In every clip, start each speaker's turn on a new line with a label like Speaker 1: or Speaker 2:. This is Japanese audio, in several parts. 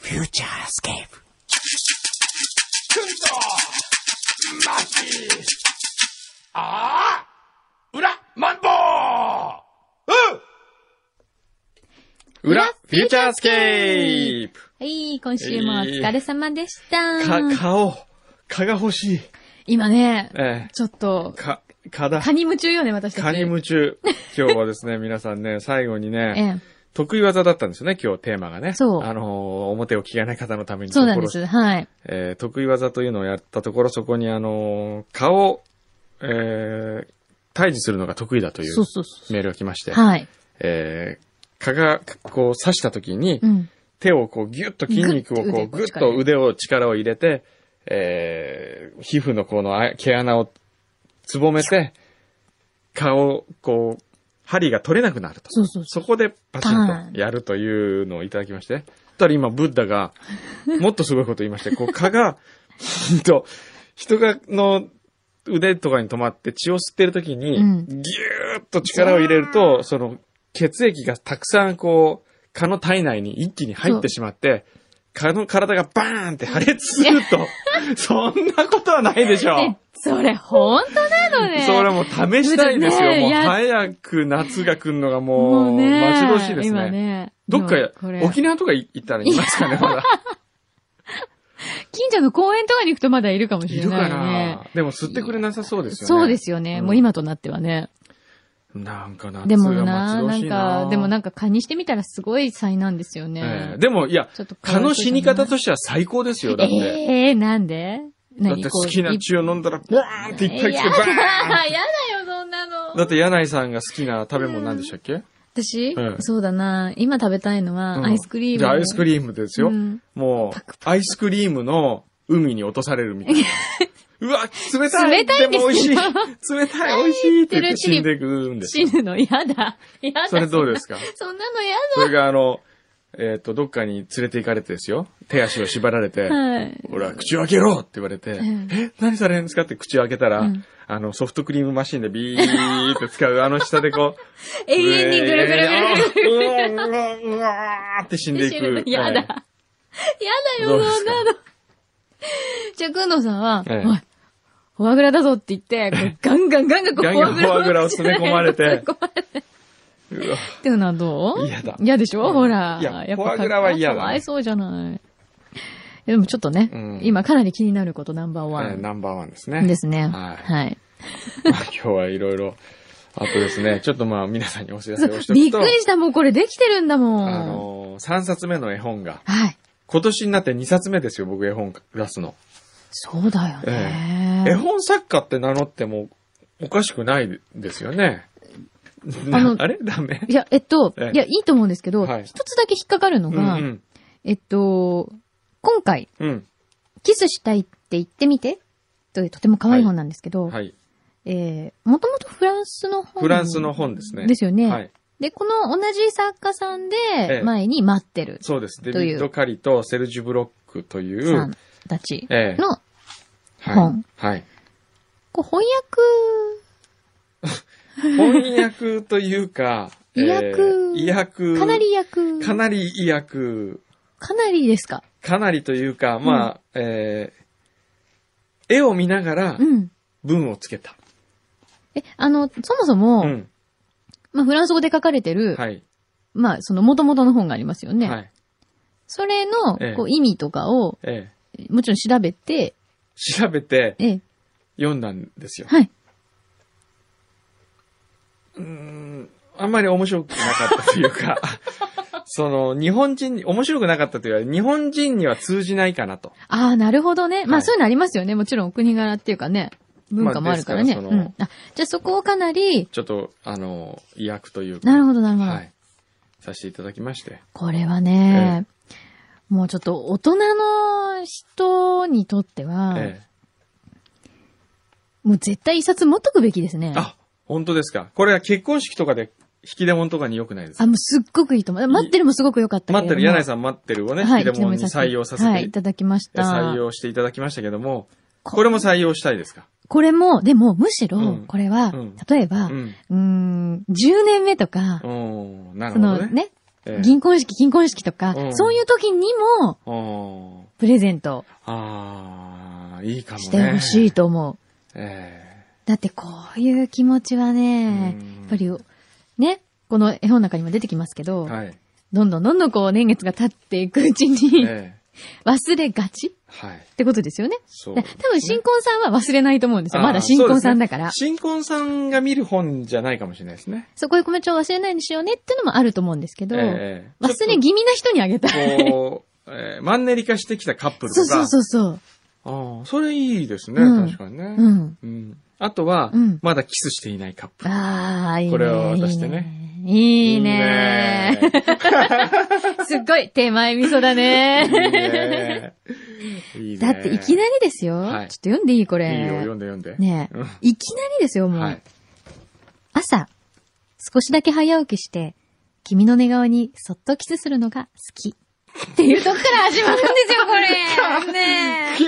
Speaker 1: フューチャースケープ。
Speaker 2: 裏、フューチャースケープ
Speaker 3: はい、今週もお疲れ様でした。
Speaker 2: か、顔。蚊が欲しい。
Speaker 3: 今ね、
Speaker 2: ええ。
Speaker 3: ちょっと、
Speaker 2: か、蚊だ
Speaker 3: カ。ニ夢中よね、私たち。
Speaker 2: 蚊に夢 中。今日はですね、皆さんね、最後にね、
Speaker 3: え
Speaker 2: 得意技だったんですよね、今日テーマがね。
Speaker 3: そう
Speaker 2: あのー、表を聞かない方のため
Speaker 3: え、
Speaker 2: に。
Speaker 3: そうなんです。はい。
Speaker 2: えー得意技というのをやったところ、そこにあのー、蚊を、えー、退治するのが得意だという
Speaker 3: そうそうそ
Speaker 2: メールが来まして
Speaker 3: う。、はい。
Speaker 2: えー、蚊がこう刺した時に
Speaker 3: う、ん。
Speaker 2: 手をこうギュッと筋肉をこう
Speaker 3: ぐ
Speaker 2: グ
Speaker 3: っと腕をこ
Speaker 2: ッ
Speaker 3: う
Speaker 2: と腕を力を入れて、えー、皮膚のこのあ毛穴をつぼめて、顔、こう、針が取れなくなると。
Speaker 3: そうそうそう
Speaker 2: こでパチ
Speaker 3: パ
Speaker 2: ン
Speaker 3: ーン
Speaker 2: とやるというのをいただきまして。たら今、ブッダが、もっとすごいこと言いまして、こう、蚊が、ほんと、人が、の、腕とかに止まって血を吸ってる時に、
Speaker 3: うん
Speaker 2: ぎゅーっと力を入れると、その、血液がたくさんこう、蚊の体内に一気に入ってしまって、蚊の体がバーンって破裂すると、そんなことはないでしょう
Speaker 3: え。、それ、本当なのね。
Speaker 2: それもう試したいですよ。
Speaker 3: ね
Speaker 2: もう
Speaker 3: や
Speaker 2: 早く夏が来るのがも
Speaker 3: も
Speaker 2: う、
Speaker 3: うね。
Speaker 2: 待ち遠しいです
Speaker 3: 今
Speaker 2: ね。
Speaker 3: ね。
Speaker 2: どっか
Speaker 3: もうこれ、
Speaker 2: 沖縄とか行ったらいます かね、まだ。
Speaker 3: 近所の公園とかに行くとまだいるかもし
Speaker 2: い
Speaker 3: れ
Speaker 2: る
Speaker 3: な
Speaker 2: か
Speaker 3: いよね。
Speaker 2: なでも吸ってくれなさそうですよね。
Speaker 3: そうですよね。
Speaker 2: うん
Speaker 3: もう今となってはね。
Speaker 2: なんか夏
Speaker 3: でも
Speaker 2: が
Speaker 3: な、
Speaker 2: 待ち遠し
Speaker 3: なん
Speaker 2: い
Speaker 3: か、でもなん
Speaker 2: か、
Speaker 3: んか蚊にしてみたらすごい災難ですよ
Speaker 2: え
Speaker 3: ね
Speaker 2: え。でもいや、
Speaker 3: ちょっと
Speaker 2: 蚊の死に方と
Speaker 3: し
Speaker 2: しては最高ですよ、だって。
Speaker 3: ええなんで
Speaker 2: だっ
Speaker 3: 何
Speaker 2: て
Speaker 3: こう
Speaker 2: 好きな血を飲んだら、バーンっていっぱい来て、バ ー
Speaker 3: や
Speaker 2: ン
Speaker 3: だやだよ、そんなの。
Speaker 2: だって柳井さんが好きな食べ物なんでしたっけ
Speaker 3: 私、
Speaker 2: ええ
Speaker 3: そうだな。今食べたいのは、
Speaker 2: うん
Speaker 3: アイスクリーム。
Speaker 2: じゃあアイスク
Speaker 3: ー
Speaker 2: リームですよ。
Speaker 3: うん
Speaker 2: も
Speaker 3: パ
Speaker 2: う、アイスクリームの海に落とされるみたい な。うわ、冷たい
Speaker 3: 冷たいんです
Speaker 2: も
Speaker 3: よ
Speaker 2: 美味しい冷たい美味しいって言って死んでいくんです
Speaker 3: 死
Speaker 2: よ。
Speaker 3: ぬの嫌だ。嫌だ。
Speaker 2: それどうですか
Speaker 3: そんなの嫌
Speaker 2: それがあの、えっ、と、どっかに連れて行かれてですよ。手足を縛られて、
Speaker 3: だ。はい。
Speaker 2: ほら、口を開けろって言われて、
Speaker 3: ん
Speaker 2: え、何されるんですかって口を開けたら、
Speaker 3: うん
Speaker 2: あの、ソフトクリームマシンでビーって使う、あの下でこう、
Speaker 3: 永遠にぐるぐるぐるぐる
Speaker 2: ぐる。うわうわうわーって死んでい
Speaker 3: 死ぬの
Speaker 2: く。
Speaker 3: 嫌
Speaker 2: はい
Speaker 3: だ。嫌だ
Speaker 2: どう
Speaker 3: よ、
Speaker 2: ですか
Speaker 3: そんなの。じゃあ、くんのさんは、
Speaker 2: ええ
Speaker 3: おい、フォアグラだぞって言って、こうガンガンガンガンこう
Speaker 2: ガンガンフォアグラを詰め込まれて
Speaker 3: 詰め込まれて
Speaker 2: うわ
Speaker 3: っていうのはどう
Speaker 2: 嫌だ
Speaker 3: 嫌でしょ、
Speaker 2: うん
Speaker 3: ほら。
Speaker 2: いや
Speaker 3: っぱ
Speaker 2: フォアグラは嫌だね
Speaker 3: かわいそうじゃない。いやでもちょっとね、
Speaker 2: うん
Speaker 3: 今かなり気になることナンバーワ
Speaker 2: えー
Speaker 3: ン。
Speaker 2: ナンバーワンですね。
Speaker 3: ですね。
Speaker 2: は
Speaker 3: はいい。
Speaker 2: まあ今日はいろいろ、あとですね、ちょっとまあ皆さんにお知らせをしてお
Speaker 3: び
Speaker 2: く
Speaker 3: っく
Speaker 2: と、
Speaker 3: りした、もうこれできてるんだもん。
Speaker 2: あのー、3冊目の絵本が、
Speaker 3: はい。
Speaker 2: 今年になって2冊目ですよ、僕絵本出すの。
Speaker 3: そうだよね。
Speaker 2: 絵本作家って名乗ってもおかしくないですよね。
Speaker 3: あの
Speaker 2: なあれダメ
Speaker 3: いや、えっと、
Speaker 2: ええ
Speaker 3: いや、いいと思うんですけど、一、
Speaker 2: はい
Speaker 3: つだけ引っかかるの
Speaker 2: うんう
Speaker 3: が、
Speaker 2: ん。
Speaker 3: えっと、今回、
Speaker 2: うん。
Speaker 3: キスしたいって言ってみて、というとても可愛い本なんですけど、
Speaker 2: はい。
Speaker 3: えー、もともとフランスの本。
Speaker 2: フランスの本ですね。
Speaker 3: ですよね。
Speaker 2: はい。
Speaker 3: で、この同じ作家さん
Speaker 2: え
Speaker 3: で、前に待ってる
Speaker 2: そうです。デ
Speaker 3: という
Speaker 2: ビッド・カリとセルジュ・ブロックとい
Speaker 3: さ、
Speaker 2: うん
Speaker 3: たち
Speaker 2: ええ
Speaker 3: の、
Speaker 2: はい
Speaker 3: 本。
Speaker 2: はい。
Speaker 3: こう翻
Speaker 2: 翻訳というか、
Speaker 3: 医薬
Speaker 2: えー医薬。
Speaker 3: 訳、かなり役、
Speaker 2: かなり医薬。
Speaker 3: かなりですか。
Speaker 2: かなりというか、まあ、えー絵を見ながら
Speaker 3: うん。
Speaker 2: 文をつけた。
Speaker 3: え、あの、そもそも、
Speaker 2: うん。
Speaker 3: まあ、フランス語で書かれてる、
Speaker 2: はい。
Speaker 3: まあ、その元々の本がありますよね。
Speaker 2: はい。
Speaker 3: それの
Speaker 2: ええ、
Speaker 3: こう、意味とかを、
Speaker 2: えー
Speaker 3: もちろん調べて、
Speaker 2: 調べて
Speaker 3: ええ、
Speaker 2: 読んだんですよ。
Speaker 3: はい。
Speaker 2: うーん。あんまり面白くなかったという か、その、日本人に、面白くなかったというか、日本人には通じないかなと。
Speaker 3: ああ、なるほどね。まあ、
Speaker 2: はい
Speaker 3: そういうのありますよね。もちろんお国柄っていうかね、文化もあるからね。
Speaker 2: まあです
Speaker 3: う
Speaker 2: から
Speaker 3: ん。あ、じゃあそこをかなり、
Speaker 2: ちょっと、あの、医薬というか。
Speaker 3: なるほど、なるほど。
Speaker 2: はい。させていただきまして。
Speaker 3: これはね、もうちょっと大人の人にとっては、
Speaker 2: え
Speaker 3: もう絶対一冊持っとくべきですね
Speaker 2: え。あ、本当ですか。これは結婚式とかで、引き出物とかに良くないですか
Speaker 3: あ、もうすっごくいいと思う。待ってるもすごく良かったけれど
Speaker 2: 待
Speaker 3: も。
Speaker 2: ってる、柳井
Speaker 3: ん
Speaker 2: さん待ってるをね、
Speaker 3: は
Speaker 2: 引き
Speaker 3: い、
Speaker 2: 出物に採用させて、
Speaker 3: はい、いただきまし
Speaker 2: え
Speaker 3: た。
Speaker 2: 採用していただきましたけども、これも採用したいですか
Speaker 3: これも、でも、むしろ
Speaker 2: うん、
Speaker 3: これは、
Speaker 2: うん
Speaker 3: 例えば、
Speaker 2: うん。
Speaker 3: うーん、10年目とか、
Speaker 2: おーなる
Speaker 3: そ
Speaker 2: ほ
Speaker 3: の
Speaker 2: どね。
Speaker 3: ね、
Speaker 2: ええ
Speaker 3: 銀婚式、金婚式とか、
Speaker 2: うん
Speaker 3: そういう時にも、
Speaker 2: うん
Speaker 3: プレゼント
Speaker 2: ああ、いいかもね。
Speaker 3: してほしい。と思う。
Speaker 2: え
Speaker 3: だってこういう気持ちは
Speaker 2: え
Speaker 3: ね、やっぱり、ね、この絵本の中にも出てきますけど、
Speaker 2: はい。
Speaker 3: どんどんどんどんこう年月が経っていくうちに、
Speaker 2: ええ
Speaker 3: 忘れがち
Speaker 2: はい。
Speaker 3: ってことですよね。
Speaker 2: そう。
Speaker 3: だ多分新婚さんは忘れないと思うんですよ。
Speaker 2: あー
Speaker 3: まだ新婚さんだから。そ,、
Speaker 2: 新婚さんが見る本じゃないかもしれないですね。
Speaker 3: こういうコメントを忘れないようにしようねってのもあると思うんですけど、
Speaker 2: ええ
Speaker 3: 忘れ気味な人にあげたい。
Speaker 2: ちょっとこう、 えーマンネリ化してきたカップルと
Speaker 3: そ
Speaker 2: か。
Speaker 3: うそうそうそう。
Speaker 2: ああ、それいいですね。
Speaker 3: うん
Speaker 2: 確かにね。
Speaker 3: うん。
Speaker 2: うんあとは、
Speaker 3: うん
Speaker 2: まだキスしていないカップル。
Speaker 3: ああ、いいね。
Speaker 2: これを渡してね
Speaker 3: いいね。いいねすっごい手前味噌だ
Speaker 2: いい
Speaker 3: ね。
Speaker 2: ね。いいね。
Speaker 3: だっていきなりですよ。
Speaker 2: はい
Speaker 3: ちょっと読んでいいこれ。
Speaker 2: いいよ、読んで読んで。
Speaker 3: ね
Speaker 2: うん
Speaker 3: いきなりですよ、もう。
Speaker 2: はい。
Speaker 3: 朝、少しだけ早起きして、君の寝顔にそっとキスするのが好き。っていうとこから始まるんですよ、こ れ。ね
Speaker 2: けえ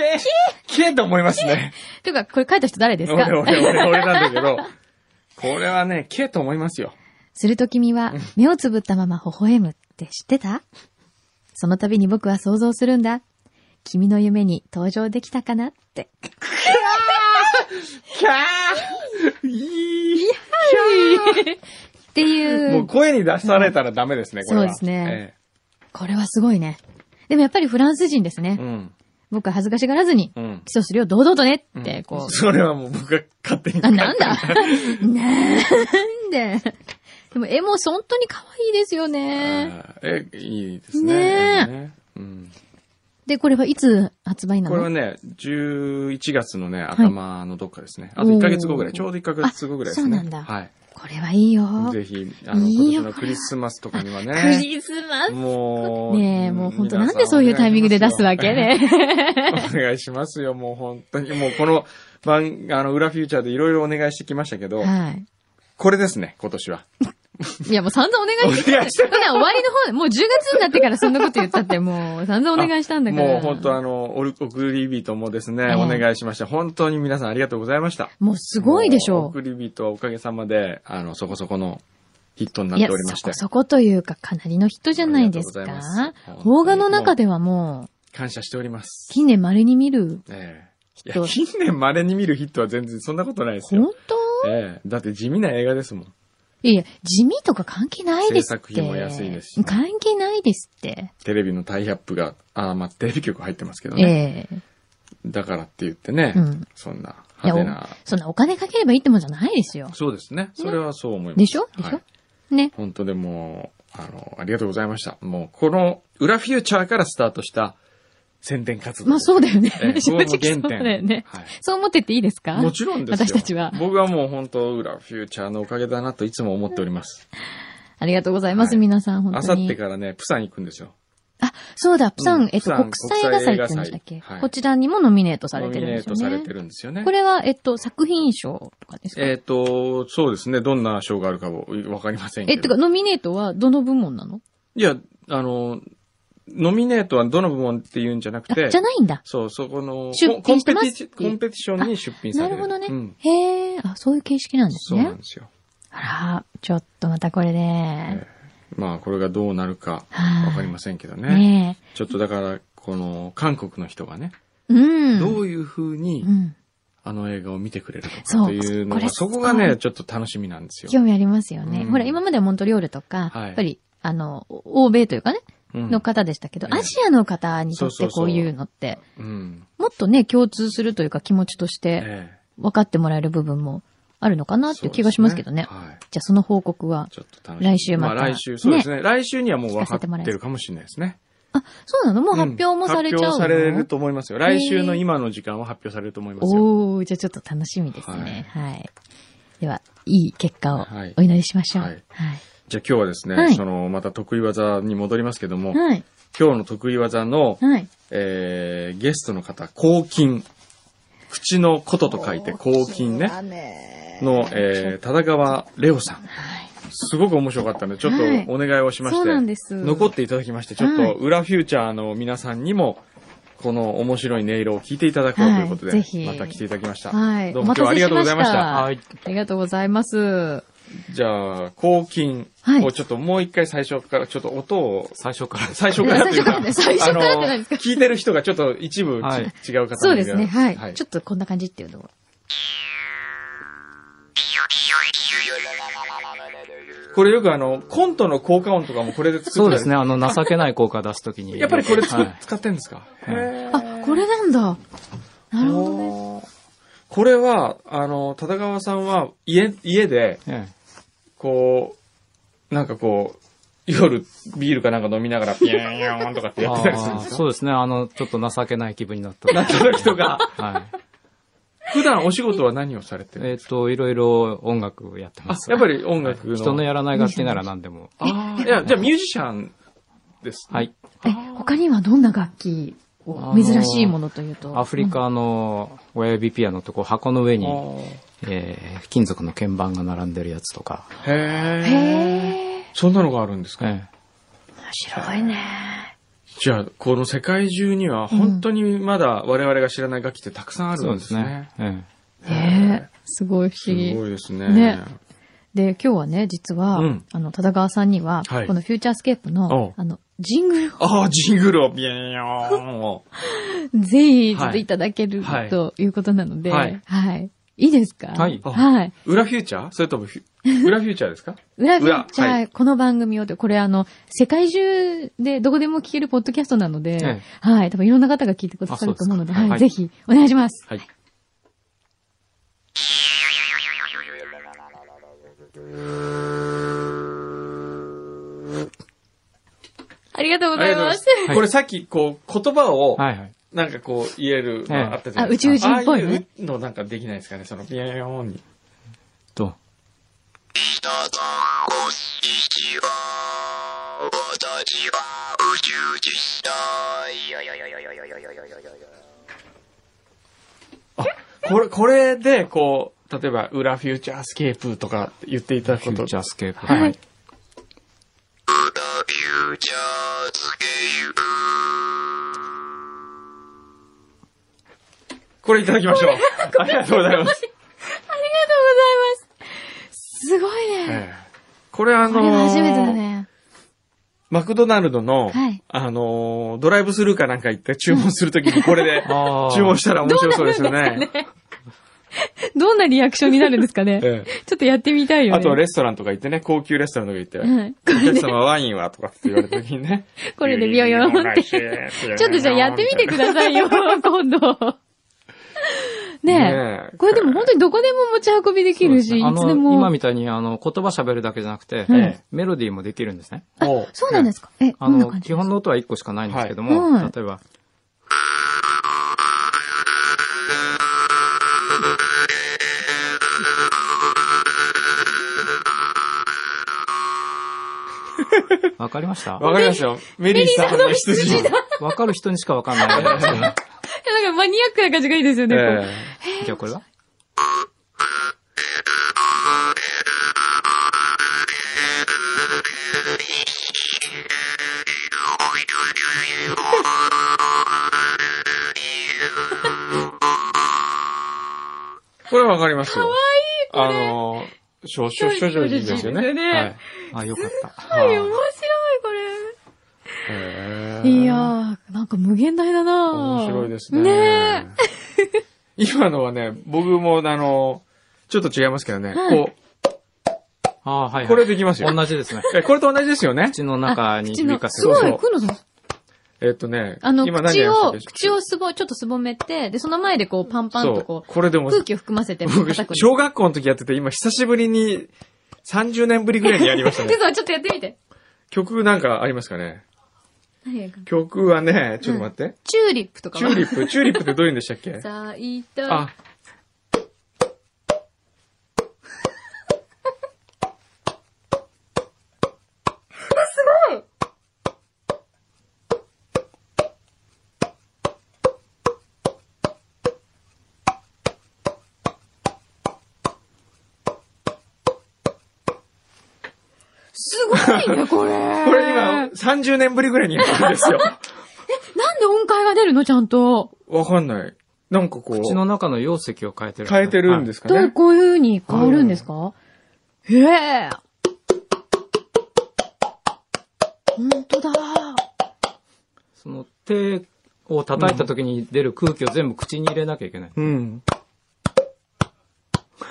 Speaker 2: けえと思いますね。
Speaker 3: え。ていうか、これ書いた人誰です
Speaker 2: 俺、
Speaker 3: か
Speaker 2: 俺、俺、俺なんだけど。これはね、けえと思いますよ。
Speaker 3: すると君は、目をつぶったまま微笑むって知ってたその度に僕は想像するんだ。君の夢に登場できたかなって。
Speaker 2: キャーいい
Speaker 3: ってい
Speaker 2: もう
Speaker 3: う、
Speaker 2: 声に出されたらダメですね、これは。
Speaker 3: そうですねこれはすごいね。でもやっぱりフランス人です
Speaker 2: え
Speaker 3: ね
Speaker 2: え。。うん。
Speaker 3: 僕は恥ずかしがらずに、
Speaker 2: うん。
Speaker 3: キスをするよ、堂々とねって、こう、
Speaker 2: それはもう僕が勝 手に。
Speaker 3: あ、なんだ なんででも絵も本当に可愛いですよね。
Speaker 2: あーえ、いいですね。
Speaker 3: ねえ
Speaker 2: ねうん
Speaker 3: で、これはいつ発売な
Speaker 2: これは
Speaker 3: の
Speaker 2: ね、11月のね、頭のどっかですね。あと1ヶ月後ぐら
Speaker 3: お
Speaker 2: い、
Speaker 3: ー
Speaker 2: ちょうど1ヶ月後ぐらいですね。
Speaker 3: あそうなんだ
Speaker 2: はい。
Speaker 3: これはいいよ。
Speaker 2: ぜひ、あの、
Speaker 3: いい
Speaker 2: 今
Speaker 3: よ
Speaker 2: 年のクリスマスとかには
Speaker 3: ク
Speaker 2: ね。
Speaker 3: リスマス
Speaker 2: もう。
Speaker 3: ねえ、もう本当
Speaker 2: 皆
Speaker 3: な
Speaker 2: さ
Speaker 3: んでそういうタイミングで出すわけね。
Speaker 2: お願いしますよ、もう本当に。もうこの番、あの、裏フューチャーでいろいろお願いしてきましたけど、
Speaker 3: はい。
Speaker 2: これですね、今年は。
Speaker 3: いや、もう散々お願いして
Speaker 2: お願いして
Speaker 3: た。終わりの方で、もう10月になってからそんなこと言った って、もう散々お願いしたんだから。
Speaker 2: もう本当あの、おる送り人もですね、
Speaker 3: ええ
Speaker 2: お願いしました。本当に皆さんありがとうございました。
Speaker 3: もうすごいでし
Speaker 2: もう
Speaker 3: ょ
Speaker 2: 送り人はおかげさまで、あの、そこそこのヒットに
Speaker 3: う。
Speaker 2: ないっ
Speaker 3: や
Speaker 2: ており、まし
Speaker 3: そ
Speaker 2: て
Speaker 3: こ、そこというか、かなりの人じゃないです
Speaker 2: ありがとうござい
Speaker 3: か
Speaker 2: ます。
Speaker 3: 邦画の中ではもう、
Speaker 2: 感謝しております。
Speaker 3: 近年稀に見る。
Speaker 2: ええ
Speaker 3: ヒッ
Speaker 2: い
Speaker 3: ト
Speaker 2: や、近年稀に見るヒットは全然そんなことないです
Speaker 3: 本
Speaker 2: よ。
Speaker 3: 当
Speaker 2: ええだって地味な映画ですもん。
Speaker 3: いやいや、地味とか関係ないですって。
Speaker 2: 制作費も安いですし
Speaker 3: 関係ないですって。
Speaker 2: テレビのタイアップが、あーまあ、テレビ局入ってますけどね。
Speaker 3: ええ
Speaker 2: だからって言ってね、
Speaker 3: うん
Speaker 2: そんない
Speaker 3: や
Speaker 2: 派手な。
Speaker 3: そんなお金かければいいってもんじゃないですよ。
Speaker 2: そうですね。それはそう思います。
Speaker 3: でしょでしょ、
Speaker 2: はい、
Speaker 3: ね。
Speaker 2: 本当でもう、あの、ありがとうございました。もう、この、裏フューチャーからスタートした宣伝活動。
Speaker 3: まあそうだよね。
Speaker 2: ええ
Speaker 3: 正直
Speaker 2: これも
Speaker 3: そう
Speaker 2: 原点
Speaker 3: だよね。
Speaker 2: はい
Speaker 3: そう思ってっていいですか
Speaker 2: もちろんですよ。
Speaker 3: 私たちは。
Speaker 2: 僕はもう本当、裏フューチャーのおかげだなといつも思っております。
Speaker 3: ありがとうございます、
Speaker 2: はい
Speaker 3: 皆さん、本
Speaker 2: あ
Speaker 3: 当
Speaker 2: さ
Speaker 3: に。
Speaker 2: ってからね、プサン行くんですよ。
Speaker 3: あ、そうだ、プサン、
Speaker 2: うん
Speaker 3: えっと、
Speaker 2: プサン
Speaker 3: 国際映画祭って言うんでしたっけ、
Speaker 2: 国際映画祭はい
Speaker 3: こちらにもノミネートされ
Speaker 2: ノ
Speaker 3: て
Speaker 2: ミ
Speaker 3: るん
Speaker 2: ネ
Speaker 3: で
Speaker 2: ー
Speaker 3: すよ
Speaker 2: トさ
Speaker 3: ね。
Speaker 2: れてるんですよね。
Speaker 3: これは、えっと、作品賞とかですか
Speaker 2: えっ、と、そうですね。どんな賞があるかをわかりませんけ
Speaker 3: え
Speaker 2: ど。
Speaker 3: っとか、ノミネートはどの部門なの
Speaker 2: いや、あの、ノミネートはどの部門っていうんじゃなく
Speaker 3: あ、
Speaker 2: て
Speaker 3: じゃ、ないんだ。
Speaker 2: そう、そこの、
Speaker 3: 出
Speaker 2: コ
Speaker 3: 品
Speaker 2: ン
Speaker 3: し
Speaker 2: ペテ
Speaker 3: てます
Speaker 2: ィシコンペティションに出品さ
Speaker 3: な
Speaker 2: れ
Speaker 3: る
Speaker 2: る。
Speaker 3: ほどね。
Speaker 2: うん
Speaker 3: へえ、あ、そういう形式なんです
Speaker 2: そう
Speaker 3: ね。
Speaker 2: なんですよ。
Speaker 3: あら、ちょっとまたこれね。
Speaker 2: まあ、これがどうなるか、
Speaker 3: はい
Speaker 2: わかりませんけどね。
Speaker 3: ね
Speaker 2: ちょっとだから、この、韓国の人がね、
Speaker 3: え。うん。
Speaker 2: どういう風に
Speaker 3: う、ん。
Speaker 2: あの映画を見てくれるのか
Speaker 3: そう
Speaker 2: というの
Speaker 3: これ
Speaker 2: が、そこが
Speaker 3: は
Speaker 2: ね、
Speaker 3: い
Speaker 2: ちょっと楽しみなんですよ。
Speaker 3: 興味ありますよね。
Speaker 2: うん
Speaker 3: ほら、今まではモントリオールとか、
Speaker 2: はい
Speaker 3: やっぱり、あの、欧米というかね、
Speaker 2: うん
Speaker 3: の方でしたけど、
Speaker 2: ええ
Speaker 3: アジアの方にとっ
Speaker 2: そうそ
Speaker 3: て
Speaker 2: うそ
Speaker 3: こ
Speaker 2: う
Speaker 3: ういうのって、
Speaker 2: うん。
Speaker 3: もっとね、共通するというか気持ちとして、
Speaker 2: ええ
Speaker 3: 分かってもらえる部分もあるのかなっていう気がしますけどね。
Speaker 2: そうですはい。
Speaker 3: じゃあ、その報告は。
Speaker 2: ちょっと楽しみ。
Speaker 3: 来週また
Speaker 2: あ来週、そうですね。来週にはもう分かってるかもしれないですね。
Speaker 3: あ、そうなのもう発表
Speaker 2: う
Speaker 3: も
Speaker 2: ん
Speaker 3: されちゃうの、
Speaker 2: 発表されると思いますよ。来週の今の時間は発表されると思いますよ。
Speaker 3: おー、じゃあちょっと楽しみですね。はい。では、いい結果を
Speaker 2: はい
Speaker 3: お祈りしましょう。は
Speaker 2: はいい。じゃあ今日はですね、
Speaker 3: はい
Speaker 2: その、また得意技に戻りますけども、
Speaker 3: はい。
Speaker 2: 今日の得意技の、
Speaker 3: はい。
Speaker 2: えー、ゲストの方、抗菌。口のことと書いて、抗菌ね。の、えー、ただ川レオさん。
Speaker 3: はい。
Speaker 2: すごく面白かったので、ちょっと
Speaker 3: はい
Speaker 2: お願いをしまして、
Speaker 3: そうなんです
Speaker 2: 残っていただきまして、ちょっ
Speaker 3: はい
Speaker 2: と、裏フューチャーの皆さんにも、この面白い音色を聞いていただこうということで、
Speaker 3: はいぜひ
Speaker 2: また来ていただきました。
Speaker 3: はい
Speaker 2: どうも今日はありがとうございました。
Speaker 3: お待たせしましたありがとうございます。
Speaker 2: じゃあ、抗菌
Speaker 3: はい
Speaker 2: をちょっともう一回最初からちょっと音を、
Speaker 4: 最初から。
Speaker 2: 最初からというか、
Speaker 3: 最初からね最初からって何ですか
Speaker 2: 聞いてる人がちょっと一部ち、
Speaker 4: はい
Speaker 2: 違う方
Speaker 3: そうですね。はい。
Speaker 2: はい
Speaker 3: ちょっとこんな感じっていうのを。
Speaker 2: これよくあの、コントの効果音とかもこれで作ったり
Speaker 4: そうですね、あの、情けない効果出すときに。
Speaker 2: やっぱりこれ作っ、
Speaker 4: はい
Speaker 2: 使ってんですか
Speaker 4: うん
Speaker 3: あ、これなんだ。なるほどね。
Speaker 2: ね。これは、あの、田川さんは、家、家で、
Speaker 4: え
Speaker 2: こう、なんかこう、夜、ビールかなんか飲みながら、ピヤンヤンとかって
Speaker 4: え
Speaker 2: やってたりするん
Speaker 4: あ
Speaker 2: で
Speaker 4: ー
Speaker 2: す
Speaker 4: そうですね、あの、ちょっと情けない気分になっ た。
Speaker 2: なった時とか、
Speaker 4: はい。
Speaker 2: 普段お仕事は何をされてるん
Speaker 4: え
Speaker 2: で
Speaker 4: っ
Speaker 2: すか
Speaker 4: と、いろいろ音楽やって
Speaker 2: あ
Speaker 4: ま、す。
Speaker 2: やっぱり音楽の。
Speaker 4: 人のやらない楽器なら何でも。
Speaker 2: ああ、いや、じゃあミュージシャンです。
Speaker 4: はい。
Speaker 3: え、他にはどんな楽器を珍しいものというと。
Speaker 4: アフリカの親指ピアノとこう箱の上
Speaker 2: あ
Speaker 4: に、
Speaker 2: ー
Speaker 4: えー金属の鍵盤が並んでるやつとか。
Speaker 3: うん。
Speaker 2: へえ。
Speaker 3: へえ。
Speaker 2: そんなのがあるんですか
Speaker 4: え
Speaker 3: 面白いね。
Speaker 2: じゃあ、この世界中には本当にまだ我々が知らない楽器ってたくさんあ
Speaker 4: え
Speaker 2: るんですね。。
Speaker 4: ええ
Speaker 3: ねえ。すごい不
Speaker 2: す
Speaker 3: 思議。
Speaker 2: ごいですね。
Speaker 3: ねで、今日はね、実は、
Speaker 2: うん
Speaker 3: あの、忠川さんには、
Speaker 2: はい
Speaker 3: このフューチャースケープ
Speaker 2: おう
Speaker 3: の、あの、ジングルを
Speaker 2: ああ、ジングルをビヨーンを。
Speaker 3: ぜひ、ちょっといただける、
Speaker 2: はい
Speaker 3: ということなので、
Speaker 2: は
Speaker 3: はいい。い、いですか
Speaker 4: はい
Speaker 3: はい。
Speaker 2: 裏フューチャーそれともフュ、裏フューチャーですか
Speaker 3: 裏フューチャー、
Speaker 2: 裏は
Speaker 3: この番組をで、これあの、世界中でどこでも聞けるポッドキャストなので、
Speaker 4: ええ
Speaker 3: はい。多分いろんな方が聞いてくださると思うので、
Speaker 4: あそ
Speaker 3: は
Speaker 4: うですか
Speaker 3: い、
Speaker 4: はい
Speaker 3: ぜひ、お願いします。
Speaker 2: はい。
Speaker 3: ありがとうご
Speaker 2: あ
Speaker 3: ざ
Speaker 2: りがとうござい
Speaker 3: いま
Speaker 2: ますす。。これさっき、こう、言葉を、
Speaker 4: はいはい。
Speaker 2: なんかこう、言えるのあったじゃないです
Speaker 3: え
Speaker 2: か。
Speaker 3: えあ宇宙人っぽいね
Speaker 2: ああうのなんかできないですかね、その、ビヨーンに。
Speaker 4: と、
Speaker 2: これ、これで、こう、例えば、裏フューチャースケープとかって言っていただく
Speaker 4: フ
Speaker 2: こ
Speaker 4: ュ
Speaker 2: と
Speaker 4: ー。チャースケープ。
Speaker 3: はい。
Speaker 2: これいただきましょう。ありがとうございます。
Speaker 3: すごいね。
Speaker 2: ええこれあ
Speaker 3: こ
Speaker 2: の
Speaker 3: れは初めてだ
Speaker 2: ー、
Speaker 3: ね。
Speaker 2: マクドナルドの
Speaker 3: はい、
Speaker 2: あのー、ドライブスルーかなんか行って注文するときにこれ で
Speaker 4: あー
Speaker 2: 注文したら面白そうですよね。
Speaker 3: どんなリアクションになるんですかね。
Speaker 2: え
Speaker 3: ちょっとやってみたい
Speaker 2: え
Speaker 3: よね。
Speaker 2: あとレストランとか行ってね、高級レストランとか行って、
Speaker 3: はい
Speaker 2: お客様ワインはとかって言われたときにね。
Speaker 3: これでビヨヨンって。ちょっとじゃあやってみてくださいよ、今度。ね
Speaker 2: ねえ
Speaker 3: え。これでも本当にどこでも持ち運びできるし、い
Speaker 4: あ
Speaker 3: つで
Speaker 4: の、今
Speaker 3: も。
Speaker 4: みたいにあの、言葉喋るだけじゃなくて、
Speaker 3: うん
Speaker 4: ええメロディーもできるんですね。
Speaker 2: お。
Speaker 3: そうなんですすかえ、ど
Speaker 4: あ
Speaker 3: んな
Speaker 4: の、
Speaker 3: 感じ
Speaker 4: 基本の音は1個しかないんですけど
Speaker 3: は
Speaker 4: も、
Speaker 3: いはい
Speaker 4: 例えば、わかりました
Speaker 2: わかりましたよ。メリーさんの羊。
Speaker 4: わかる人にしかわかんないんですけど。
Speaker 3: いやなんかマニアックな感じがいいですよね。こ
Speaker 2: え
Speaker 3: う
Speaker 2: え
Speaker 4: じゃあこれは
Speaker 2: これわかりますよ。
Speaker 3: かわいい、これ。
Speaker 2: あのー、少々少々人ですよね。
Speaker 3: 少々人
Speaker 2: はい。
Speaker 4: あ、よかった。
Speaker 2: はい
Speaker 3: 面白い、こ
Speaker 2: へ
Speaker 3: れ。
Speaker 2: ー
Speaker 3: いやー、なんか無限大だな
Speaker 2: 面白いですね。
Speaker 3: ねえ。
Speaker 2: 今のはね、僕も、あの、ちょっと違いますけどね。
Speaker 3: はい
Speaker 2: こ
Speaker 4: ああ、はい、は
Speaker 2: う、
Speaker 4: い。
Speaker 2: これできますよ。
Speaker 4: 同じですね。
Speaker 2: えこれと同じですよね。
Speaker 4: 口の中に
Speaker 3: 口の
Speaker 4: 響か、せ
Speaker 3: す
Speaker 4: る。
Speaker 3: ご
Speaker 4: そ
Speaker 3: い、
Speaker 4: う
Speaker 3: くのさん。
Speaker 2: えっとね、
Speaker 3: あの、
Speaker 2: 何
Speaker 3: 口
Speaker 2: やりました
Speaker 3: を
Speaker 2: っ、け
Speaker 3: 口をすぼ、ちょっとすぼめて、で、その前でこう、パンパン
Speaker 2: そ
Speaker 3: と
Speaker 2: う。
Speaker 3: こう、
Speaker 2: これでも、
Speaker 3: 空気を含ませて叩くん
Speaker 2: 僕
Speaker 3: です。、
Speaker 2: 小学校の時やってて、今久しぶりに、30年ぶりぐらいにやりました
Speaker 3: て
Speaker 2: ね。
Speaker 3: ぞ、ちょっとやってみて。
Speaker 2: 曲なんかありますかね
Speaker 3: 何がいいかな
Speaker 2: 曲はね、ちょっと待って。
Speaker 3: チューリップとか
Speaker 2: チ
Speaker 3: は
Speaker 2: ューリップ、チューリップってどういうんでしたっけ
Speaker 3: 咲いた。
Speaker 2: あ。
Speaker 3: すご いね、これ。
Speaker 2: これ今、30年ぶりぐらいにやったんですよ。
Speaker 3: なんで音階が出るのちゃんと。
Speaker 2: わかんない。なんかこ
Speaker 4: 口の
Speaker 2: う、
Speaker 4: 中の容積を変えてる。。
Speaker 2: 変えてるんですすか
Speaker 3: どうい
Speaker 2: ね
Speaker 3: う、。こういう風に変わるんですかへえ。ほんとだ。
Speaker 4: その手を叩いた時に出る空気を全部口に入れなきゃいけない。
Speaker 2: うん。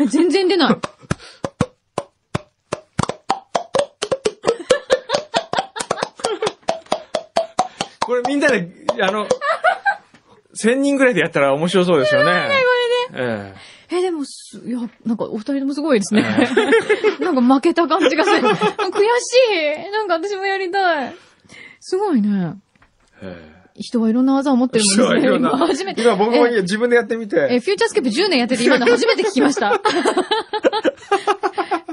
Speaker 3: 全然出ない。
Speaker 2: これみんなで、あの、1000人ぐらいでやったら面白そうですよね。え
Speaker 3: え、でもす、いや、なんかお二人ともすごいですね。 なんか負けた感じがする。悔しい。なんか私もやりたい。すごいね。
Speaker 2: ええ
Speaker 3: 人はいろんな技を持って
Speaker 2: え
Speaker 3: るもんですね。今初めて。
Speaker 2: 今僕も
Speaker 3: え
Speaker 2: 自分でやってみ
Speaker 3: え、
Speaker 2: て。
Speaker 3: フューチャースケープ10年やってて今の初めて聞きました。今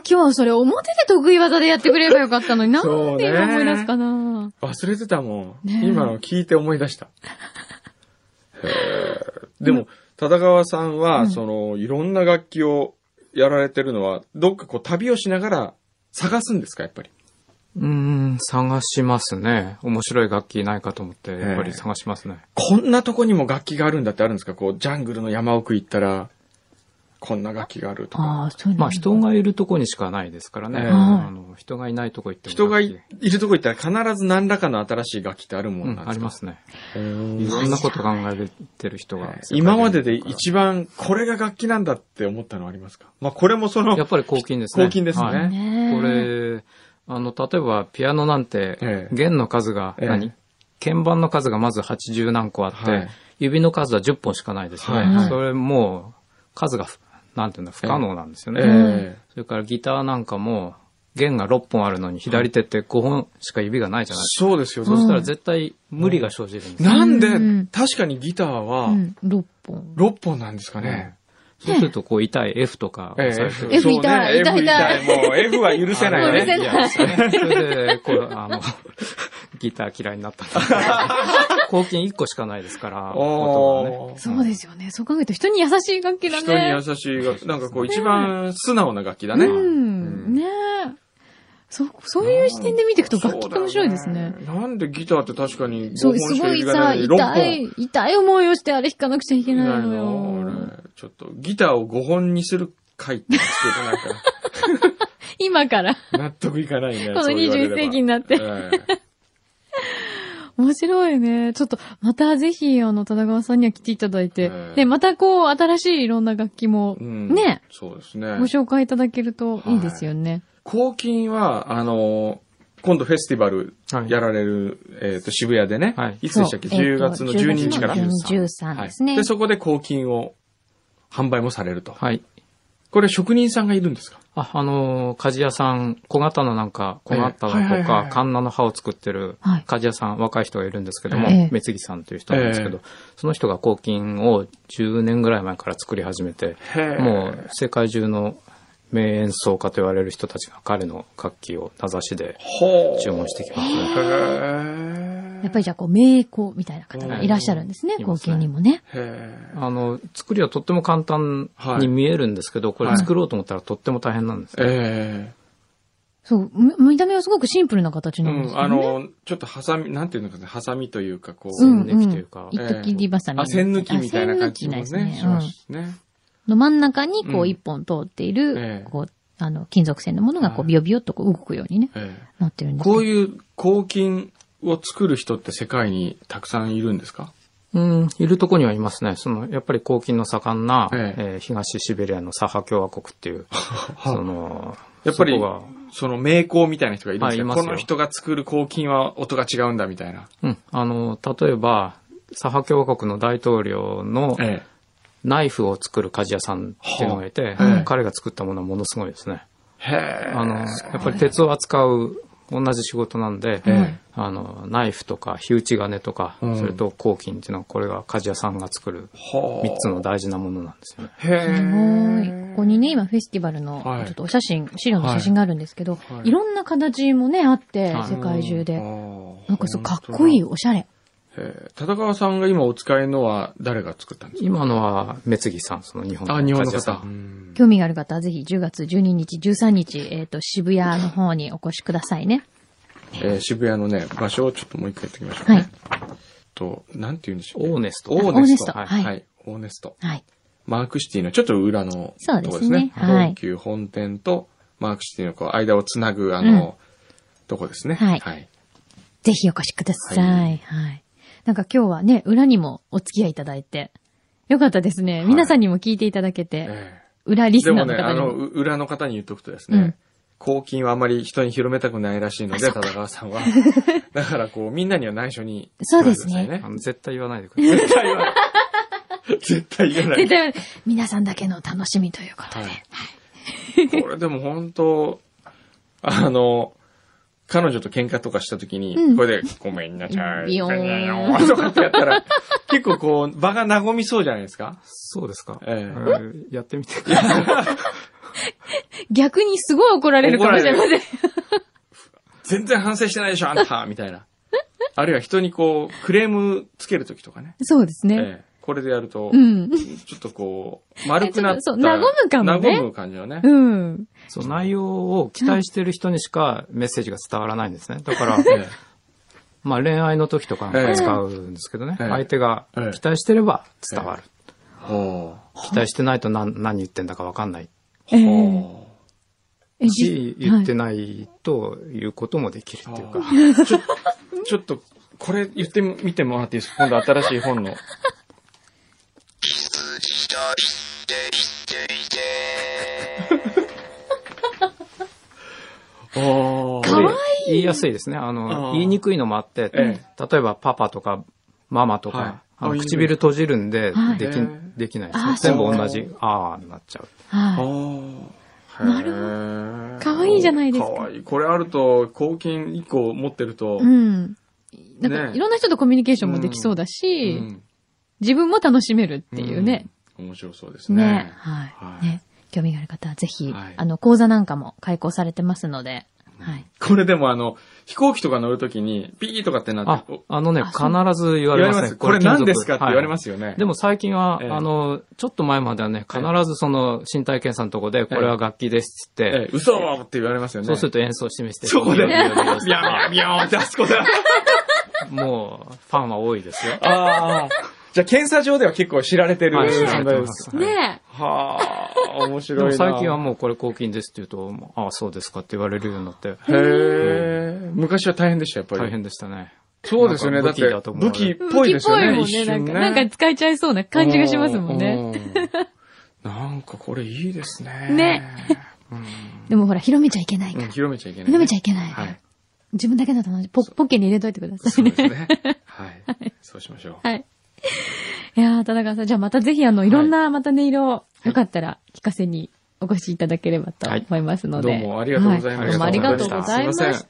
Speaker 3: 日はそれ表で得意技でやってくれればよかったのに、なん
Speaker 2: そう
Speaker 3: で
Speaker 2: ね
Speaker 3: 今思い出すかな。
Speaker 2: 忘れてたもん。
Speaker 3: ねえ
Speaker 2: 今の聞いて思い出 した。へえでも、忠川さんは、
Speaker 3: うん
Speaker 2: その、いろんな楽器をやられてるのは、どっかこう旅をしながら探すんですか、やっぱり。
Speaker 4: うーん、探しますね。面白い楽器ないかと思って、やっぱり探しますね。
Speaker 2: こんなとこにも楽器があるんだってあるんですかこう、ジャングルの山奥行ったら、こんな楽器があるとか。
Speaker 3: ああ、そういうの。
Speaker 4: まあ人がいるとこにしかないですからね。
Speaker 2: ええ
Speaker 4: あの人がいないとこ行っても
Speaker 2: 人が
Speaker 4: 楽器
Speaker 2: いいるとこ行ったら必ず何らかの新しい楽器ってあるも
Speaker 4: うんん、
Speaker 2: なんで
Speaker 4: あ
Speaker 2: す
Speaker 4: り
Speaker 2: か、
Speaker 4: ますね。
Speaker 2: へー
Speaker 4: いろんなこと考えてる人が。
Speaker 2: 今までで一番これが楽器なんだって思ったのありますかまあこれもその、
Speaker 4: やっぱり抗菌ですね。
Speaker 2: 抗菌ですね
Speaker 4: はい
Speaker 3: ね
Speaker 4: これ、あの、例えばピアノなんて、
Speaker 2: ええ
Speaker 4: 弦の数が
Speaker 2: ええ
Speaker 4: 何、鍵盤の数がまず80何個あって、
Speaker 2: はい
Speaker 4: 指の数は10本しかないですね。
Speaker 2: はいはい
Speaker 4: それもう、数がふ、なんていうんだ、不可能なんですよね。
Speaker 2: え
Speaker 4: それからギターなんかも、弦が6本あるのに左手って5本しか指がないじ
Speaker 2: え
Speaker 4: ゃないです
Speaker 2: そうですよ、
Speaker 4: か。
Speaker 3: ん
Speaker 4: そしたら絶対無理が生じるんですよ。
Speaker 2: なん
Speaker 3: う
Speaker 2: で
Speaker 3: ん、
Speaker 2: 確かにギター
Speaker 3: う
Speaker 2: は
Speaker 3: ん、6本。
Speaker 2: 6本なんですかね。
Speaker 4: そうするとこう痛い F とか、
Speaker 2: ええ
Speaker 4: 押されてる
Speaker 3: F
Speaker 2: そうね
Speaker 3: 痛い
Speaker 2: F
Speaker 3: 痛い痛
Speaker 2: い。もう F は許せない
Speaker 3: もう
Speaker 2: ね。
Speaker 3: 許せない
Speaker 4: や それで、これ、あの、 ギター嫌いになったんですけ ど。抗菌1個しかないですから、
Speaker 2: お
Speaker 4: 音
Speaker 2: ー
Speaker 3: そうですよね。そう考えると人に優しい楽器だね。
Speaker 2: 人に優しいが、なんかこう一番素直な楽器だね。
Speaker 3: うん、ねえ。そ、そういう視点で見ていくと楽器って面白いですね。
Speaker 2: そうだよなんでギターって確かに
Speaker 3: そ
Speaker 2: 5
Speaker 3: う、
Speaker 2: 本
Speaker 3: す
Speaker 2: しか
Speaker 3: ご
Speaker 2: 指
Speaker 3: い
Speaker 2: がな
Speaker 3: さ、
Speaker 2: いのに6
Speaker 3: 痛
Speaker 2: 本。
Speaker 3: い、痛い思いをしてあれ弾かなくちゃいけないの
Speaker 2: ない
Speaker 3: よ。
Speaker 2: の俺ちょっとギターを5本にする回ってしてるなんか、
Speaker 3: 今から、 こ
Speaker 2: 納得いかないね。
Speaker 3: の
Speaker 2: そう言われれ
Speaker 3: 21
Speaker 2: ば
Speaker 3: 世紀になっ
Speaker 2: え
Speaker 3: て。 面白いね。ちょっと、またぜひ、あの、忠川さんには来ていただいて
Speaker 2: ええ、
Speaker 3: で、またこう、新しいいろんな楽器も、
Speaker 2: えうん
Speaker 3: ね、
Speaker 2: そうです
Speaker 3: ご
Speaker 2: ね。
Speaker 3: 紹介いただけるといいですよね。
Speaker 2: 抗菌は、あの、今度フェスティバル
Speaker 4: はい
Speaker 2: やられる、えっ、と、渋谷でね、
Speaker 4: はい
Speaker 2: い、つでしたっけ ?10 月の12日から。
Speaker 4: 10月の
Speaker 3: 13ですね。
Speaker 2: で、そこで抗菌を販売もされると。
Speaker 4: はい。
Speaker 2: これ職人さんがいるんですか
Speaker 4: あ、あの、鍛冶屋さん、小刀なんか、小刀と
Speaker 2: ええはいはいはいは
Speaker 4: か
Speaker 2: い、
Speaker 4: カンナの刃を作ってる
Speaker 3: はい
Speaker 4: 鍛冶屋さん、若い人がいるんですけども
Speaker 3: ええ、
Speaker 4: 目次さんという人なんですけど、その人が抗菌を10年ぐらい前から作り始めて、
Speaker 2: へ
Speaker 4: もう世界中の名演奏家と言われる人たちが彼の楽器を名指しで
Speaker 2: ほう。
Speaker 4: 注文してきますね。
Speaker 2: へ
Speaker 3: や
Speaker 2: ー
Speaker 3: っぱりじゃあ、こう、名工みたいな方がいらっしゃるんですね、
Speaker 4: うん
Speaker 3: 後見にもね。
Speaker 2: へー
Speaker 4: あの、作りはとっても簡単
Speaker 2: はい
Speaker 4: に見えるんですけど、こ
Speaker 2: は
Speaker 4: れ
Speaker 2: い
Speaker 4: 作ろうと思ったらとっても大変なんですね。
Speaker 2: え
Speaker 3: そう、む見た目はすごくシンプルな形
Speaker 2: え
Speaker 3: なんです
Speaker 2: うん、
Speaker 3: よ
Speaker 2: あ
Speaker 3: ね。
Speaker 2: の、ちょっとハサミ、なんていうのかな、ハサミというか、こう、
Speaker 3: うん
Speaker 4: 線抜きというか、
Speaker 3: 一時リバサミ
Speaker 2: あ、線抜きみたいな感じも
Speaker 3: あ
Speaker 2: ね、
Speaker 3: 線抜きなんです
Speaker 2: し
Speaker 3: ねうん
Speaker 2: ますね。
Speaker 3: の真ん中にこ
Speaker 2: う
Speaker 3: うん一本通ってい
Speaker 2: え
Speaker 3: る、
Speaker 2: え
Speaker 3: こう、あの、金属線のものが
Speaker 2: は
Speaker 3: こう
Speaker 2: い
Speaker 3: ビヨビヨっとこう動くようにね、
Speaker 2: ええ
Speaker 3: なってるんですけど
Speaker 2: こういう抗菌を作る人って世界にたくさんいるんですか
Speaker 4: うん、いるとこにはいますね。その、やっぱり抗菌の盛んな、
Speaker 2: ええ
Speaker 4: えー東シベリアのサハ共和国っていう、その、
Speaker 2: やっぱり
Speaker 4: そこが、
Speaker 2: その名工みたいな人がいるんです
Speaker 4: あ
Speaker 2: か
Speaker 4: います
Speaker 2: こ
Speaker 4: よ
Speaker 2: の人が作る抗菌は音が違うんだみたいな。
Speaker 4: うん、あの、例えば、サハ共和国の大統領の
Speaker 2: え
Speaker 4: ナイフを作る鍛冶屋さんっていうのがいて、
Speaker 2: はあええ
Speaker 4: 彼が作ったものはものすごいですね。
Speaker 2: え。へえ。
Speaker 4: あの、やっぱり鉄を扱う同じ仕事なんで、
Speaker 2: え
Speaker 4: あの、ナイフとか、火打ち金とか、
Speaker 2: うん
Speaker 4: それと抗菌っていうのは、これが鍛冶屋さんが作る
Speaker 2: ほう
Speaker 4: 3つの大事なものなんですよね。
Speaker 2: へえ。
Speaker 3: すごい。ここにね、今フェスティバルの、ち
Speaker 2: はい
Speaker 3: ょっとお写真、資料の写真があるんですけど
Speaker 2: は、い
Speaker 3: いろんな形もね、あって、
Speaker 4: はい
Speaker 3: 世界中
Speaker 2: う
Speaker 3: で。
Speaker 2: ん。
Speaker 3: なんかそう、かっこいい、
Speaker 2: よ。
Speaker 3: おしゃれ。
Speaker 2: ええ忠川さんが今お使いのは誰が作ったんです
Speaker 4: 今のは、目次さん、その日本
Speaker 2: か
Speaker 4: の
Speaker 2: あ、日本の
Speaker 4: 鍛冶屋さ。
Speaker 2: 方。うんん
Speaker 3: 興味がある方はぜひ10月12日、13日、えっと、渋谷の方にお越しくださいね。
Speaker 2: ええ渋谷のね、場所をちょっともう一回言っておきましょう。
Speaker 3: はい。
Speaker 2: と、なんて言うんでしょう。
Speaker 4: オーネスト。
Speaker 2: オ
Speaker 3: ーネスト
Speaker 2: は。
Speaker 3: はいい
Speaker 2: はいオーネスト。
Speaker 3: はい。
Speaker 2: マークシティのちょっと裏の
Speaker 3: そうですね
Speaker 2: ところ
Speaker 3: はい
Speaker 2: 東急本店とマークシティのこう、間をつなぐ、あの、とこですね。
Speaker 3: はい
Speaker 2: はい。
Speaker 3: ぜひお越しくださ。
Speaker 2: はい
Speaker 3: はい。なんか今日はね、裏にもお付き合いいただいて、よかったですね。
Speaker 2: はい
Speaker 3: 皆さんにも聞いていただけて、
Speaker 2: え
Speaker 3: 裏リ
Speaker 2: えで
Speaker 3: スナ
Speaker 2: も
Speaker 3: ーの
Speaker 2: ね、
Speaker 3: 方
Speaker 2: あ
Speaker 3: に
Speaker 2: の、
Speaker 3: も。
Speaker 2: う裏の方に言っとくとです
Speaker 3: う
Speaker 2: ね
Speaker 3: ん、
Speaker 2: 公金はあまり人に広めたくないらしいので、
Speaker 3: あそ
Speaker 2: 田川さん は。だからこう、みんなには内緒に。
Speaker 3: そうですね
Speaker 2: ごめんなさ
Speaker 4: あ
Speaker 2: い
Speaker 4: の絶対言わないでください。
Speaker 2: 絶対言わない。絶対言わない
Speaker 3: 絶。対、皆さんだけのお楽しみということで。
Speaker 2: はいこれでも本当、あの、彼女と喧嘩とかした時に、
Speaker 3: うん
Speaker 2: これで、ごめんなさい、
Speaker 3: ビヨーン
Speaker 2: ごめんなさいとかってやったら、結構こう、場が和みそうじゃないですか。
Speaker 4: そうですか。
Speaker 2: ええ
Speaker 4: うんや ってみてください。
Speaker 3: 逆にすごい怒られるかもしれません。
Speaker 2: 全然反省してないでしょ、あんたみたいな。あるいは人にこう、クレームつける時とかね。
Speaker 3: そうですね。
Speaker 2: ええこれでやると
Speaker 3: う、ん。
Speaker 2: ちょっとこう、丸くなった。
Speaker 3: ちょっとそう和むかもね
Speaker 2: 和む感じのね。
Speaker 3: うん。
Speaker 4: そう、内容を期待してる人にしかメッセージが伝わらないんですね。だから、
Speaker 2: ええ
Speaker 4: まあ恋愛の時とかなんか使うんですけどね。
Speaker 2: ええ
Speaker 4: 相手が
Speaker 2: ええ
Speaker 4: 期待してれば伝わる。
Speaker 2: ほう
Speaker 4: 期待してないと何何言ってんだかわかんない。
Speaker 3: ええ。
Speaker 2: ほ
Speaker 3: えじ、
Speaker 4: し言って
Speaker 3: はい
Speaker 4: ないということもできるっていうか。
Speaker 2: う ちょちょっと、これ言ってみてもらっていいですか今度新しい本の。お
Speaker 3: かわ
Speaker 2: ー。
Speaker 4: 言いやすいですね。あ
Speaker 2: あ
Speaker 4: の、
Speaker 2: ー
Speaker 4: 言いにくいのもあって、
Speaker 2: え
Speaker 4: 例えばパパとかママとか、
Speaker 2: はい
Speaker 4: あ
Speaker 2: あ
Speaker 4: の
Speaker 2: 言いにくい
Speaker 4: 唇閉じるんで、
Speaker 3: はい
Speaker 4: でき
Speaker 2: へ
Speaker 4: ん
Speaker 2: ー、
Speaker 4: できないで
Speaker 3: あー
Speaker 4: すね。全部
Speaker 2: そう
Speaker 4: 同じ、あーになっちゃう。
Speaker 3: は
Speaker 2: おー。
Speaker 3: なる
Speaker 2: る
Speaker 3: かわいいじゃないですか
Speaker 2: かわいい。これあると、公金1個持ってると
Speaker 3: い。、うん。なんか、
Speaker 2: ね
Speaker 3: いろんな人とコミュニケーションもできそうだし、
Speaker 2: うん
Speaker 3: 自分も楽しめるっていうね。
Speaker 2: 面白そうです
Speaker 3: ね
Speaker 2: ね。
Speaker 3: はい、
Speaker 2: はい
Speaker 3: ね。興味がある方はぜひ、
Speaker 2: はい
Speaker 3: あの、講座なんかも開講されてますので、はい。
Speaker 2: これでもあの、飛行機とか乗るときに、ピーとかってなっ
Speaker 4: あ
Speaker 2: て、お、
Speaker 4: あのね、
Speaker 3: あ
Speaker 4: 必
Speaker 3: そう
Speaker 4: ず言わ
Speaker 2: 言われ
Speaker 4: れます
Speaker 2: ま
Speaker 4: ね。
Speaker 2: す。これ何です
Speaker 4: 金属
Speaker 2: かって言われ
Speaker 4: はい
Speaker 2: ますよね。
Speaker 4: でも最近は、
Speaker 2: ええ
Speaker 4: あの、ちょっと前まではね、必ずその身体検査のとこで、これは楽器ですって言って、
Speaker 2: ええ、嘘って言われますよね。
Speaker 4: そうすると演奏してみせて。
Speaker 2: そこで、ビ
Speaker 4: いいよいいよいいよ
Speaker 2: ャービャーってあそこだ。
Speaker 4: もう、ファンは多いですよ。
Speaker 2: ああ。じゃあ検査場では結構知られてる
Speaker 4: はい
Speaker 2: 存在です。
Speaker 4: はい
Speaker 3: ね
Speaker 2: はあ、面
Speaker 4: で
Speaker 2: 白い
Speaker 4: も
Speaker 2: な。
Speaker 4: 最近はもうこれ抗菌ですって言うと、もうああ、そうですかって言われるようになって、
Speaker 2: へえ。昔は大変でした、やっぱり。
Speaker 4: 大。変でしたね。
Speaker 2: そうですよね。だ
Speaker 4: な
Speaker 2: っ
Speaker 4: ん
Speaker 2: て
Speaker 4: か武器だと、思
Speaker 2: 武
Speaker 4: われ
Speaker 2: 器っ
Speaker 4: る
Speaker 3: え。
Speaker 2: ぽいですよね。
Speaker 3: 武
Speaker 2: 一
Speaker 3: 器っぽい
Speaker 2: 瞬
Speaker 3: もんね。
Speaker 2: ね。
Speaker 3: なんか、なんか使えちゃいそうな感じがしますもんね。
Speaker 2: ね。なんかこれいいですね。
Speaker 3: ねでもほら、広めちゃいけないか
Speaker 2: う
Speaker 3: ら。
Speaker 2: ん。広めちゃいけないね。
Speaker 3: 広めちゃいけないから。
Speaker 2: はい。
Speaker 3: 自分だけの楽しみ、ポポッケに入れといてくださ
Speaker 2: そ
Speaker 3: いうね
Speaker 2: で。すね。はい。そうしましょう。
Speaker 3: はい。いやー、田中さん、じゃあまたぜひあの、いろんなまた音色を、よかったら聞かせにお越しいただければと思いますので。
Speaker 2: はいどうもありがとうございました
Speaker 3: はどうもありがとうございま
Speaker 2: ありがとうございま
Speaker 3: し。
Speaker 2: し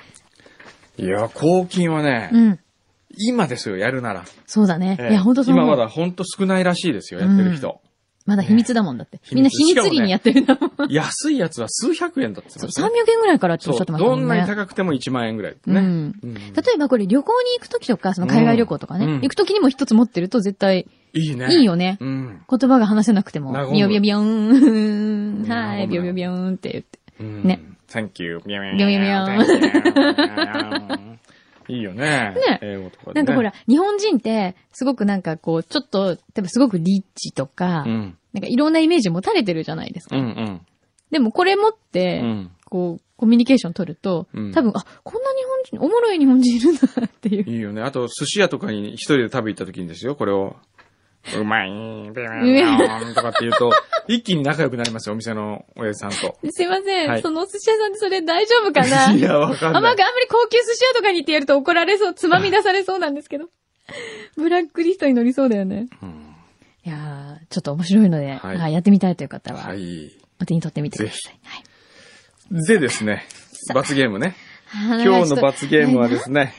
Speaker 2: たいや、抗菌はね、
Speaker 3: うん。
Speaker 2: 今ですよ、やるなら。
Speaker 3: そうだね。
Speaker 2: ええ
Speaker 3: いや、ほんとそう思
Speaker 2: 今
Speaker 3: う。
Speaker 2: まだ本当少ないらしいですよ、やってる人。
Speaker 3: まだ秘密だもんだって。
Speaker 2: 秘密
Speaker 3: みんな秘密裏にやってるんだもん。
Speaker 2: 安いやつは数百円だって言ってました
Speaker 3: 300
Speaker 2: よ
Speaker 3: 円ぐらいからっておっしゃってました
Speaker 2: ど
Speaker 3: もんね。
Speaker 2: んなに高くても1万円ぐらい。
Speaker 3: う
Speaker 2: ね。
Speaker 3: ん。
Speaker 2: うん
Speaker 3: 例えばこれ旅行に行くときとか、その海外旅行とかね、
Speaker 2: うん
Speaker 3: 行くときにも一つ持ってると絶対
Speaker 2: いいね。
Speaker 3: いいよね。
Speaker 2: うん。
Speaker 3: 言葉が話せなくても
Speaker 2: 和、む
Speaker 3: ビヨビヨビヨー ン、
Speaker 2: うん
Speaker 3: はい、ビヨビヨビヨーンって言って。
Speaker 2: うん
Speaker 3: ね。
Speaker 2: Thank you. みゃみゃ
Speaker 3: みゃみゃみゃ
Speaker 2: Thank you. いいよね。
Speaker 3: ね
Speaker 2: 英語とかでね
Speaker 3: なんかほら、、日本人って、すごくなんかこう、ちょっと、例えばすごくリッチとか、
Speaker 2: うん。
Speaker 3: なんかいろんなイメージ持たれてるじゃないですか。
Speaker 2: うんうん。
Speaker 3: でもこれ持って、
Speaker 2: うん
Speaker 3: こう、コミュニケーション取ると、
Speaker 2: うん
Speaker 3: 多分、あ、こんな日本人、おもろい日本人いるんだなっていう。
Speaker 2: いいよね。あと、寿司屋とかに一人で食べ行った時にですよ、これを。うまい、ビュービューとかって言うと、一気に仲良くなりますよ、お店の親父さんと。
Speaker 3: すいません、
Speaker 2: はい
Speaker 3: そのお寿司屋さんでそれ大丈夫かない
Speaker 2: や、わかん
Speaker 3: あん
Speaker 2: な
Speaker 3: ま
Speaker 2: い。
Speaker 3: あんまり高級寿司屋とかに行ってやると怒られそう、つまみ出されそうなんで すけど。ブラックリストに乗りそうだよね。
Speaker 2: うん
Speaker 3: いやー、ちょっと面白いので、は
Speaker 2: はいい
Speaker 3: やってみたいという方は、
Speaker 2: はい。
Speaker 3: お手に取ってみてください。はい。
Speaker 2: でですね、罰ゲームね。
Speaker 3: あー
Speaker 2: 今日の罰ゲームはですね、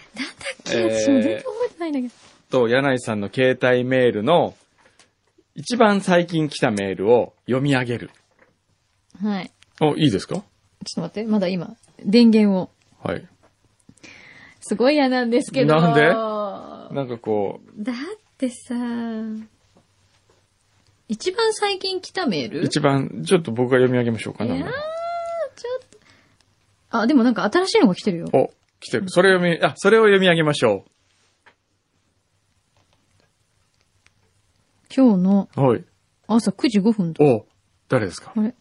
Speaker 3: ちょっとなんだっけ、私も全然覚えてないんだけど。
Speaker 2: と、柳井さんの携帯メールの、一番最近来たメールを読み上げる。
Speaker 3: はい。
Speaker 2: お、いいですか
Speaker 3: ちょっと待って、まだ今、電源を。
Speaker 2: はい。
Speaker 3: すごい嫌なんですけど。
Speaker 2: なんで
Speaker 3: だ
Speaker 2: なんかこう、
Speaker 3: ってさ、一番最近来たメール
Speaker 2: 一番、ちょっと僕が読み上げましょうか
Speaker 3: いやー
Speaker 2: ね。
Speaker 3: あ、でもなんか新しいのが来てるよ。
Speaker 2: お、来てる。それ読み、あ、それを読み上げましょ
Speaker 3: 今日の
Speaker 2: う。はい。
Speaker 3: 朝9時5分と。
Speaker 2: お、誰ですか
Speaker 3: あれ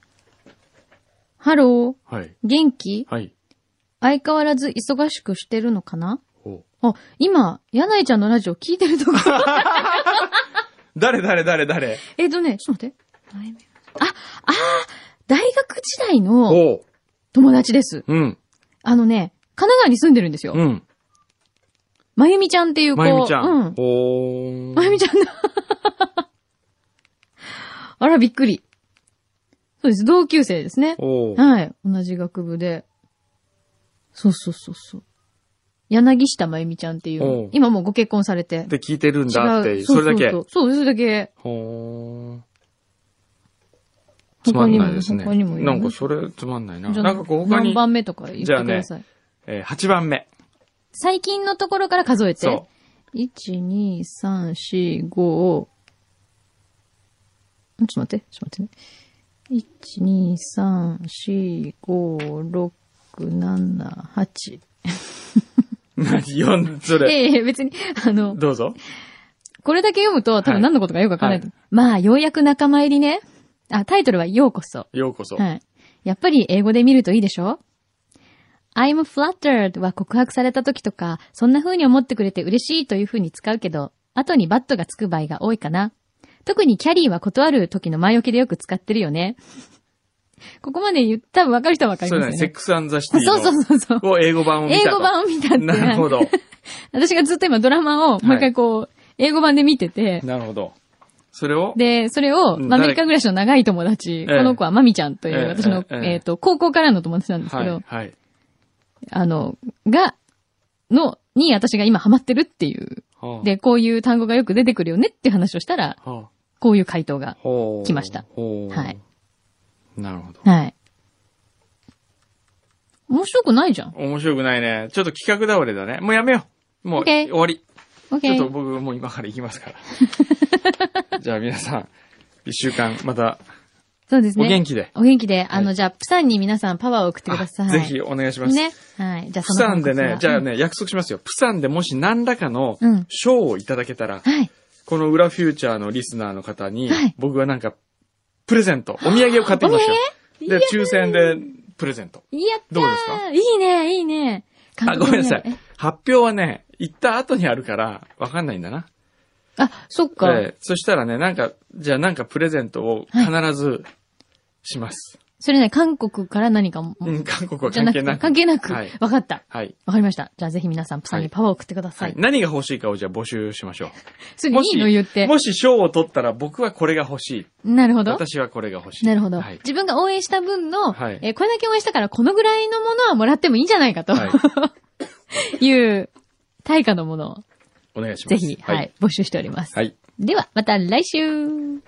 Speaker 3: ハロー、
Speaker 2: はい。
Speaker 3: 元気
Speaker 2: はい。
Speaker 3: 相変わらず忙しくしてるのかな
Speaker 2: お
Speaker 3: あ、今、柳井ちゃんのラジオ聞いて るとか。
Speaker 2: 誰誰誰誰
Speaker 3: えっとね、ちょっと待って。あ、あー大学時代の
Speaker 2: おう。
Speaker 3: 友達です。
Speaker 2: うん。
Speaker 3: あのね、神奈川に住んでるんですよ。
Speaker 2: うん。
Speaker 3: まゆみちゃんっていう子。
Speaker 2: まゆみちゃ
Speaker 3: うんん。。
Speaker 2: お
Speaker 3: まゆみ
Speaker 2: ち
Speaker 3: ちゃんだ。 あら、びっくり。そうです。同級生ですね。
Speaker 2: ゃん。おう。
Speaker 3: はい。同じ学部で。そうそうそうそう。柳下まゆみちゃんってい
Speaker 2: お
Speaker 3: う
Speaker 2: う。
Speaker 3: 今もうご結婚されて。
Speaker 2: で聞いてるんだっていう、
Speaker 3: そ
Speaker 2: そうれだけ
Speaker 3: そう。そうそう、それだけ。
Speaker 2: ほー。
Speaker 4: つまんないですね
Speaker 3: 他にもいる
Speaker 2: なんかそれつまんないな。
Speaker 3: じゃあ
Speaker 2: なんかこう他
Speaker 3: 何
Speaker 2: に、
Speaker 3: 番目とか言って
Speaker 2: じゃあ
Speaker 3: く
Speaker 2: ね
Speaker 3: ださい。
Speaker 2: えー、8番目。
Speaker 3: 最近のところから数えて。
Speaker 2: そ
Speaker 3: 1、2、3、4、5、んちょっと待って、ちょっと待ってね。1、2、3、4、5、6、7、8。
Speaker 2: う。何読んそれ。
Speaker 3: ええ、別に、あの、
Speaker 2: どうぞ。
Speaker 3: これだけ読むと多分何のことかよくわからないと、
Speaker 2: は
Speaker 3: まあ、ようやく仲間入りね。あ、タイトルはようこそ。
Speaker 2: ようこそ。
Speaker 3: はい。やっぱり英語で見るといいでしょ ?I'm flattered は告白された時とか、そんな風に思ってくれて嬉しいという風に使うけど、後にバットがつく場合が多いかな。特にキャリーは断る時の前置きでよく使ってるよね。 ここまで言ったらわかる人はわかり
Speaker 2: そ
Speaker 3: ま
Speaker 2: れ
Speaker 3: す
Speaker 2: 何
Speaker 3: よ
Speaker 2: セッ
Speaker 3: ね。
Speaker 2: クスザシテ
Speaker 3: あ
Speaker 2: ィの
Speaker 3: そうそうそうそう。
Speaker 2: を英語版を見た
Speaker 3: 英
Speaker 2: と。
Speaker 3: 語版を見たって。
Speaker 2: なるほ ど。
Speaker 3: 私がずっと今ドラマをもう一回こう、英語版で見てて、
Speaker 2: なるほど。それを
Speaker 3: で、それを、
Speaker 2: うん
Speaker 3: まあアメリカ暮らしの長い友達、
Speaker 2: ええ
Speaker 3: この子はマミちゃんという、
Speaker 2: ええ
Speaker 3: 私の、え
Speaker 2: え
Speaker 3: っ、
Speaker 2: えええ
Speaker 3: と、高校からの友達なんですけ
Speaker 2: は
Speaker 3: ど、
Speaker 2: い。はい。
Speaker 3: あの、が、の、に私が今ハマってるっていう。
Speaker 2: はあ、
Speaker 3: で、こういう単語がよく出てくるよねっていう話をしたら、
Speaker 2: はあ、
Speaker 3: こういう回答が。
Speaker 2: ほう。
Speaker 3: 来ました
Speaker 2: ほう。
Speaker 3: はい。
Speaker 2: なるほど。
Speaker 3: はい。面白くないじゃん。
Speaker 2: 面白くないね。ちょっと企画倒れだね。もうやめよう。もう、
Speaker 3: OK
Speaker 2: 終わり。ちょっと
Speaker 3: OK。
Speaker 2: 僕もう今から行きますから。 じゃあ皆さん、一週間また
Speaker 3: そうです
Speaker 2: お
Speaker 3: ね。
Speaker 2: 元気で。
Speaker 3: お元気で、あの、
Speaker 2: は
Speaker 3: じゃあ、プサンに皆さんパワーを送ってください。
Speaker 2: ぜひお願いします。
Speaker 3: ね。はい。じゃあ、
Speaker 2: プ
Speaker 3: その
Speaker 2: サンで
Speaker 3: 報告
Speaker 2: ね
Speaker 3: は、
Speaker 2: じゃあ。ね、約束しますよ。プサンでもし何らかの
Speaker 3: うん
Speaker 2: 賞をいただけたら、
Speaker 3: うんはい。
Speaker 2: この裏フューチャーのリスナーの方に、
Speaker 3: はい
Speaker 2: 僕はなんか、プレゼント、お土産を買ってきましたよ。で、抽選でプレゼント。
Speaker 3: やったー
Speaker 2: どうですか
Speaker 3: いいね、いいね。
Speaker 2: あ、ごめんなさい
Speaker 3: え。
Speaker 2: 発表はね、行った後にあるから、わかんないんだな。
Speaker 3: あ、そっか。
Speaker 2: えーそしたらね、なんか、じゃあなんかプレゼントを必ずします。
Speaker 3: それね、韓国から何かも、
Speaker 2: うん、韓国は
Speaker 3: じゃな
Speaker 2: 関係
Speaker 3: く
Speaker 2: な
Speaker 3: て、
Speaker 2: く。
Speaker 3: 関係なく。
Speaker 2: はい。
Speaker 3: わかった。
Speaker 2: はい。
Speaker 3: わかりました。じゃあぜひ皆さん、プサンにパワーを送ってくださ
Speaker 2: はいい。。何が欲しいかをじゃあ募集しましょ
Speaker 3: す
Speaker 2: う。
Speaker 3: ぐにいいの言って。
Speaker 2: もし賞を取ったら僕はこれが欲しい。
Speaker 3: なるほど。
Speaker 2: 私はこれが欲しい。
Speaker 3: なるほど、
Speaker 2: はい。
Speaker 3: 自分が応援した分の、
Speaker 2: はい
Speaker 3: えーこれだけ応援したからこのぐらいのものはもらってもいいんじゃないかと、
Speaker 2: はい
Speaker 3: い、う対価のものを
Speaker 2: お願いします。
Speaker 3: ぜひ、はい、募集しております。
Speaker 2: はい。
Speaker 3: では、また来週